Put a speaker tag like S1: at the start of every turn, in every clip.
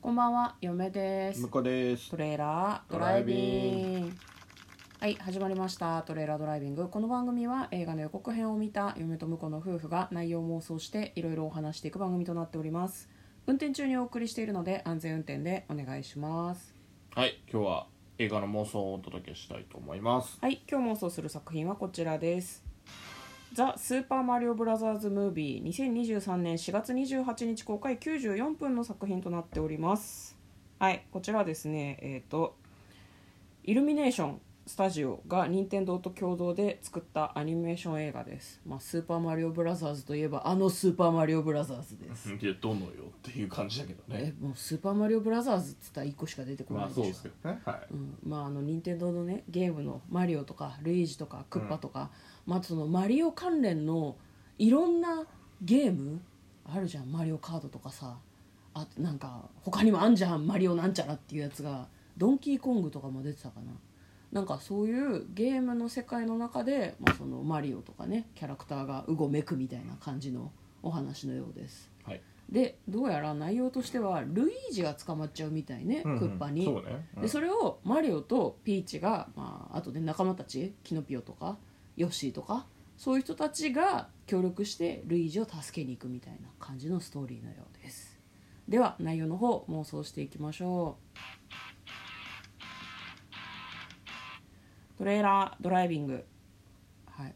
S1: こんばんは、嫁です
S2: 向。こうです
S1: トレーラードライビング。はい、始まりました。トレーラードライビング。この番組は映画の予告編を見た嫁と婿の夫婦が内容を妄想していろいろお話していく番組となっております。運転中にお送りしているので安全運転でお願いします。
S2: はい今日は映画の妄想をお届けしたいと思います
S1: はい、今日妄想する作品はこちらです。ザ・スーパーマリオブラザーズ・ムービー2023年4月28日公開94分の作品となっております。はい、こちらはですね、えっ、と、イルミネーションスタジオが任天堂と共同で作ったアニメーション映画です。まあ、スーパーマリオブラザーズといえばあのスーパーマリオブラザーズです。
S2: いやどのよっていう感じだけど
S1: え
S2: ね、
S1: もうスーパーマリオブラザーズっつったら1個しか出てこない
S2: まあ
S1: でしょ。
S2: そうですけどねはい
S1: うん、まああの任天堂のねゲームのマリオとかルイージとかクッパとか、まああとそのマリオ関連のいろんなゲームあるじゃんマリオカードとかさあとなんか他にもあんじゃんマリオなんちゃらっていうやつがドンキーコングとかも出てたかななんかそういうゲームの世界の中で、まあ、そのマリオとかねキャラクターがうごめくみたいな感じのお話のようです
S2: はい、
S1: でどうやら内容としてはルイージが捕まっちゃうみたいね、
S2: うんうん
S1: クッパに
S2: そうね、うん
S1: でそれをマリオとピーチが、まあ、あとね仲間たちキノピオとかヨッシーとかそういう人たちが協力してルイージを助けに行くみたいな感じのストーリーのようですでは内容の方妄想していきましょうトレーラードライビングはい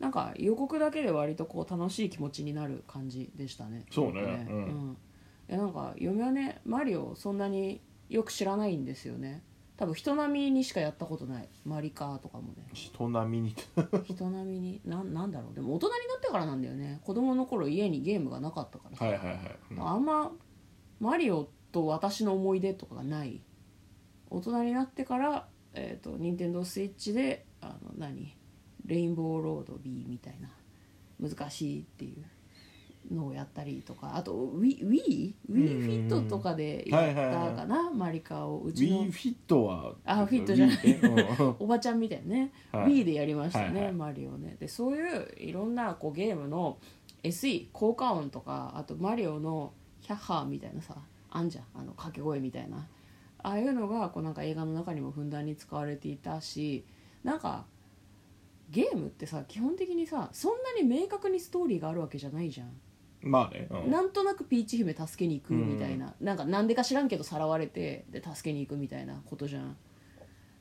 S1: なんか予告だけで割とこう楽しい気持ちになる感じでしたね
S2: そうね
S1: う
S2: うんん
S1: いやなんか嫁はねマリオそんなによく知らないんですよね多分人並みにしかやったことないマリカーとかもね
S2: 人並みに
S1: 人並みになんなんだろうでも大人になってからなんだよね子供の頃家にゲームがなかったからさ
S2: はいはいはい、うん
S1: あんまマリオと私の思い出とかがない大人になってからえっ、ー、と任天堂スイッチであの何レインボーロード B みたいな難しいっていうのをやったりとかあと WiiWii フィットとかでやったかな、マリカをうち
S2: Wii
S1: の
S2: フィットは
S1: あフィットじゃない
S2: Wii ねうん
S1: おばちゃんみたいなね
S2: はい
S1: Wii でやりましたね、
S2: はいはい
S1: マリオねでそういういろんなこうゲームの SE 効果音とかあとマリオのキャッハーみたいなさあんじゃんあの掛け声みたいなああいうのがこうなんか映画の中にもふんだんに使われていたしなんかゲームってさ基本的にさそんなに明確にストーリーがあるわけじゃないじゃん
S2: まあね、うん
S1: なんとなくピーチ姫助けに行くみたいな、なんかなんでか知らんけどさらわれてで助けに行くみたいなことじゃん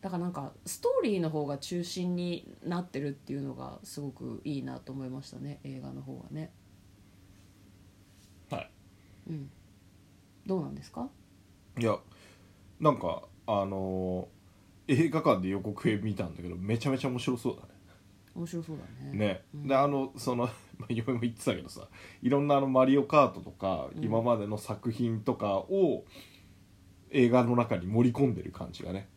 S1: だからなんかストーリーの方が中心になってるっていうのがすごくいいなと思いましたね映画の方はね
S2: はい
S1: うんどうなんですか
S2: いやなんかあのー映画館で予告編見たんだけどめちゃめちゃ面白そうだね
S1: 面白そうだね
S2: ね、
S1: うん
S2: であのその まあ嫁も言ってたけどさいろんなあの「マリオカート」とか、
S1: うん
S2: 今までの作品とかを映画の中に盛り込んでる感じがね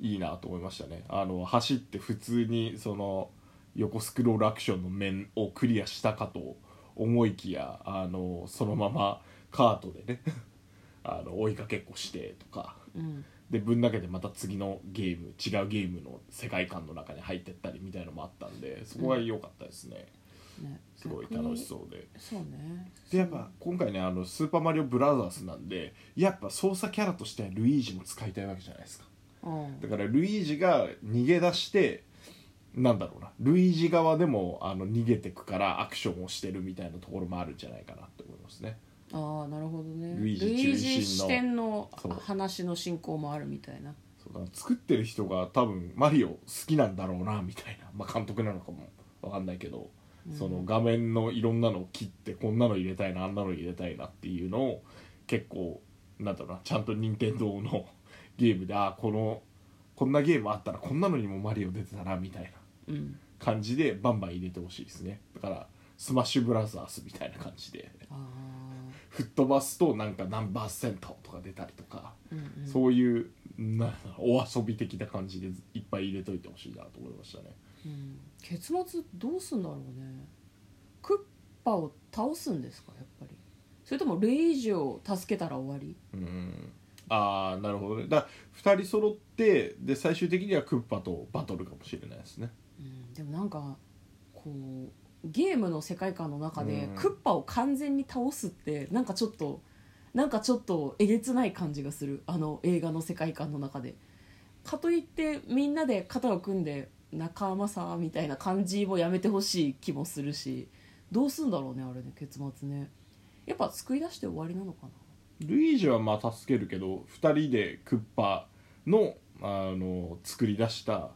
S2: いいなと思いましたねあの走って普通にその横スクロールアクションの面をクリアしたかと思いきやあのそのままカートでね あの追いかけっこしてとか
S1: うん
S2: でぶん投げてまた次のゲーム違うゲームの世界観の中に入ってったりみたいのもあったんでそこが良かったですね、
S1: ね
S2: すごい楽しそうで
S1: そうね
S2: でやっぱ今回ねあの「スーパーマリオブラザーズ」なんでやっぱ操作キャラとしてはルイージも使いたいわけじゃないですか
S1: うん
S2: だからルイージが逃げ出してなんだろうなルイージ側でもあの逃げてくからアクションをしてるみたいなところもあるんじゃないかなって思いますね
S1: ああなるほどねル
S2: ル
S1: イ
S2: イ
S1: ー
S2: ー
S1: ジ
S2: ジ中心の
S1: 視点の
S2: そう
S1: 話の進行もあるみたいな
S2: そうだから作ってる人が多分マリオ好きなんだろうなみたいな、まあ、監督なのかもわかんないけど、その画面のいろんなのを切ってこんなの入れたいなあんなの入れたいなっていうのを結構なんだろうなちゃんと任天堂の ゲームであこのこんなゲームあったらこんなのにもマリオ出てたなみたいな
S1: うん
S2: 感じでバンバン入れてほしいですねだからスマッシュブラザーズみたいな感じで
S1: ああ
S2: 吹っ飛ばすとなんか何パーセントとか出たりとか。
S1: うんうん
S2: そういうなお遊び的な感じでいっぱい入れといてほしいなと思いましたね
S1: うん結末どうすんだろうねクッパを倒すんですかやっぱりそれともルイージを助けたら終わり
S2: うんああなるほどねだ2人揃ってで最終的にはクッパとバトルかもしれないですね
S1: うんでもなんかこうゲームの世界観の中で
S2: うん
S1: クッパを完全に倒すってなんかちょっとなんかちょっとえげつない感じがするあの映画の世界観の中でかといってみんなで肩を組んで仲間さみたいな感じもやめてほしい気もするしどうすんだろうねあれね結末ねやっぱ救い出して終わりなのかな
S2: ルイージはまあ助けるけど2人でクッパのあの作り出した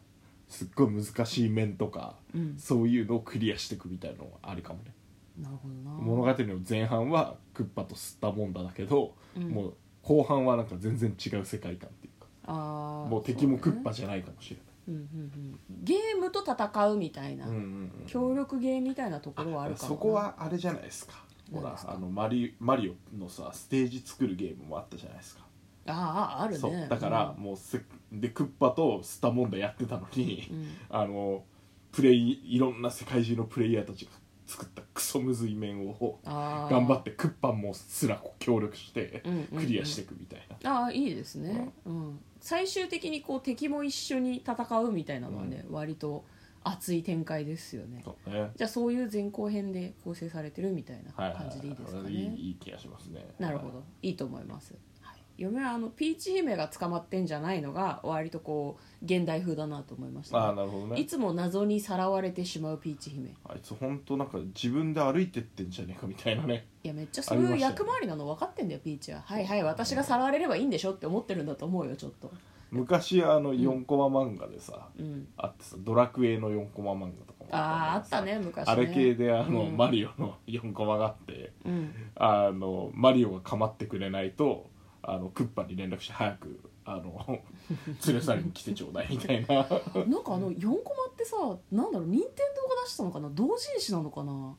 S2: すっごい難しい面とか、
S1: うん
S2: そういうのをクリアしていくみたいのはあるかもね
S1: なるほどな
S2: 物語の前半はクッパと吸ったもんだだけど、
S1: うん
S2: もう後半はなんか全然違う世界観っていうか
S1: あー
S2: もう敵も
S1: そ
S2: ク
S1: う
S2: ッ
S1: だ
S2: パ
S1: ね
S2: じゃないかもしれな
S1: うんうんうん、ゲームと戦うみたいな、
S2: い、うんうんうん
S1: 協力ゲーみたいなところはあるかもな
S2: そこはあれじゃないですかほ
S1: 何
S2: ら
S1: ですか
S2: あのマリマリオのさステージ作るゲームもあったじゃないですか
S1: あああるね
S2: そうだからもうせでクッパとスタモンダやってたのに、
S1: うん
S2: あのプレイいろんな世界中のプレイヤーたちが作ったクソむずい面を
S1: あー
S2: 頑張ってクッパもすら協力して
S1: うんうんうん
S2: クリアしていくみたいな、
S1: ああいいですね、うん、最終的にこう敵も一緒に戦うみたいなのはね、割と熱い展開ですよね
S2: そうね
S1: じゃあそういう前後編で構成されてるみたいな
S2: はいはい
S1: 感じでいいですかね、
S2: いいいい気がしますね
S1: なるほどいいと思います、はい、嫁はあのピーチ姫が捕まってんじゃないのが割とこう現代風だなと思いましたね、
S2: ああなるほどね
S1: いつも謎にさらわれてしまうピーチ姫
S2: あいつ本当なんか自分で歩いてってんじゃねえかみたいなね
S1: いやめっちゃそうい
S2: あ
S1: う
S2: りました
S1: 役
S2: よ
S1: 回りなの分かってんだよピーチははいはい私がさらわれればいいんでしょって思ってるんだと思うよちょっと
S2: 昔あの4コマ漫画でさ、
S1: うん
S2: あってさドラクエの4コマ漫画とかも
S1: あああ
S2: っ
S1: った
S2: んだけどさ
S1: ね昔ね
S2: あれ系であの、
S1: うん
S2: マリオの4コマがあって
S1: うん
S2: あのマリオが構ってくれないとあのクッパに連絡して早くあの 連れ去りに来てちょうだいみたいな
S1: なんかあの4コマってさなんだろう任天堂が出したのかな同人誌なのかな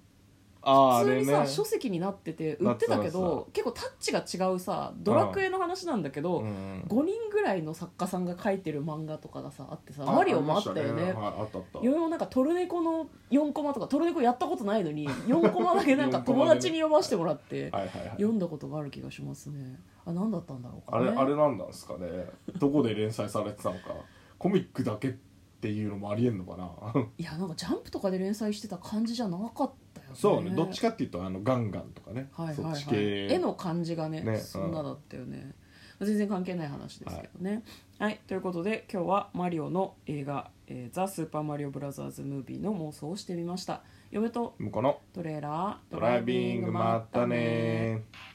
S2: あー
S1: 普通にさ、書籍になってて売ってたけ
S2: なっ
S1: ど結構タッチが違うさドラクエの話なんだけど、
S2: うん
S1: 5人ぐらいの作家さんが書いてる漫画とかがさあってさ
S2: あ
S1: マリオもあったよね
S2: ありましはいあったあった
S1: 嫁もなんかトルネコの4コマとかトルネコやったことないのに4コマだけなんか
S2: 四コマ
S1: 友
S2: でね
S1: 達に読ませてもらって
S2: はいはいはい
S1: 読んだことがある気がしますねあ何だったんだろうか、
S2: あ
S1: ね、
S2: れあれなんなんですかねどこで連載されてたのかコミックだけっていうのもありえんの かな
S1: いやなんかジャンプとかで連載してた感じじゃなかったよね
S2: そうねどっちかっていうとあのガンガンとかね、
S1: はいはい
S2: そ
S1: は
S2: っ
S1: い
S2: ち系
S1: 絵の感じがね
S2: ね
S1: そんなだったよね、全然関係ない話ですけどねはい、ということで今日はマリオの映画「えーザ・スーパーマリオブラザーズ・ムービー」の妄想をしてみました嫁と
S2: 向こうの
S1: トレーラード
S2: ドライビングまったねー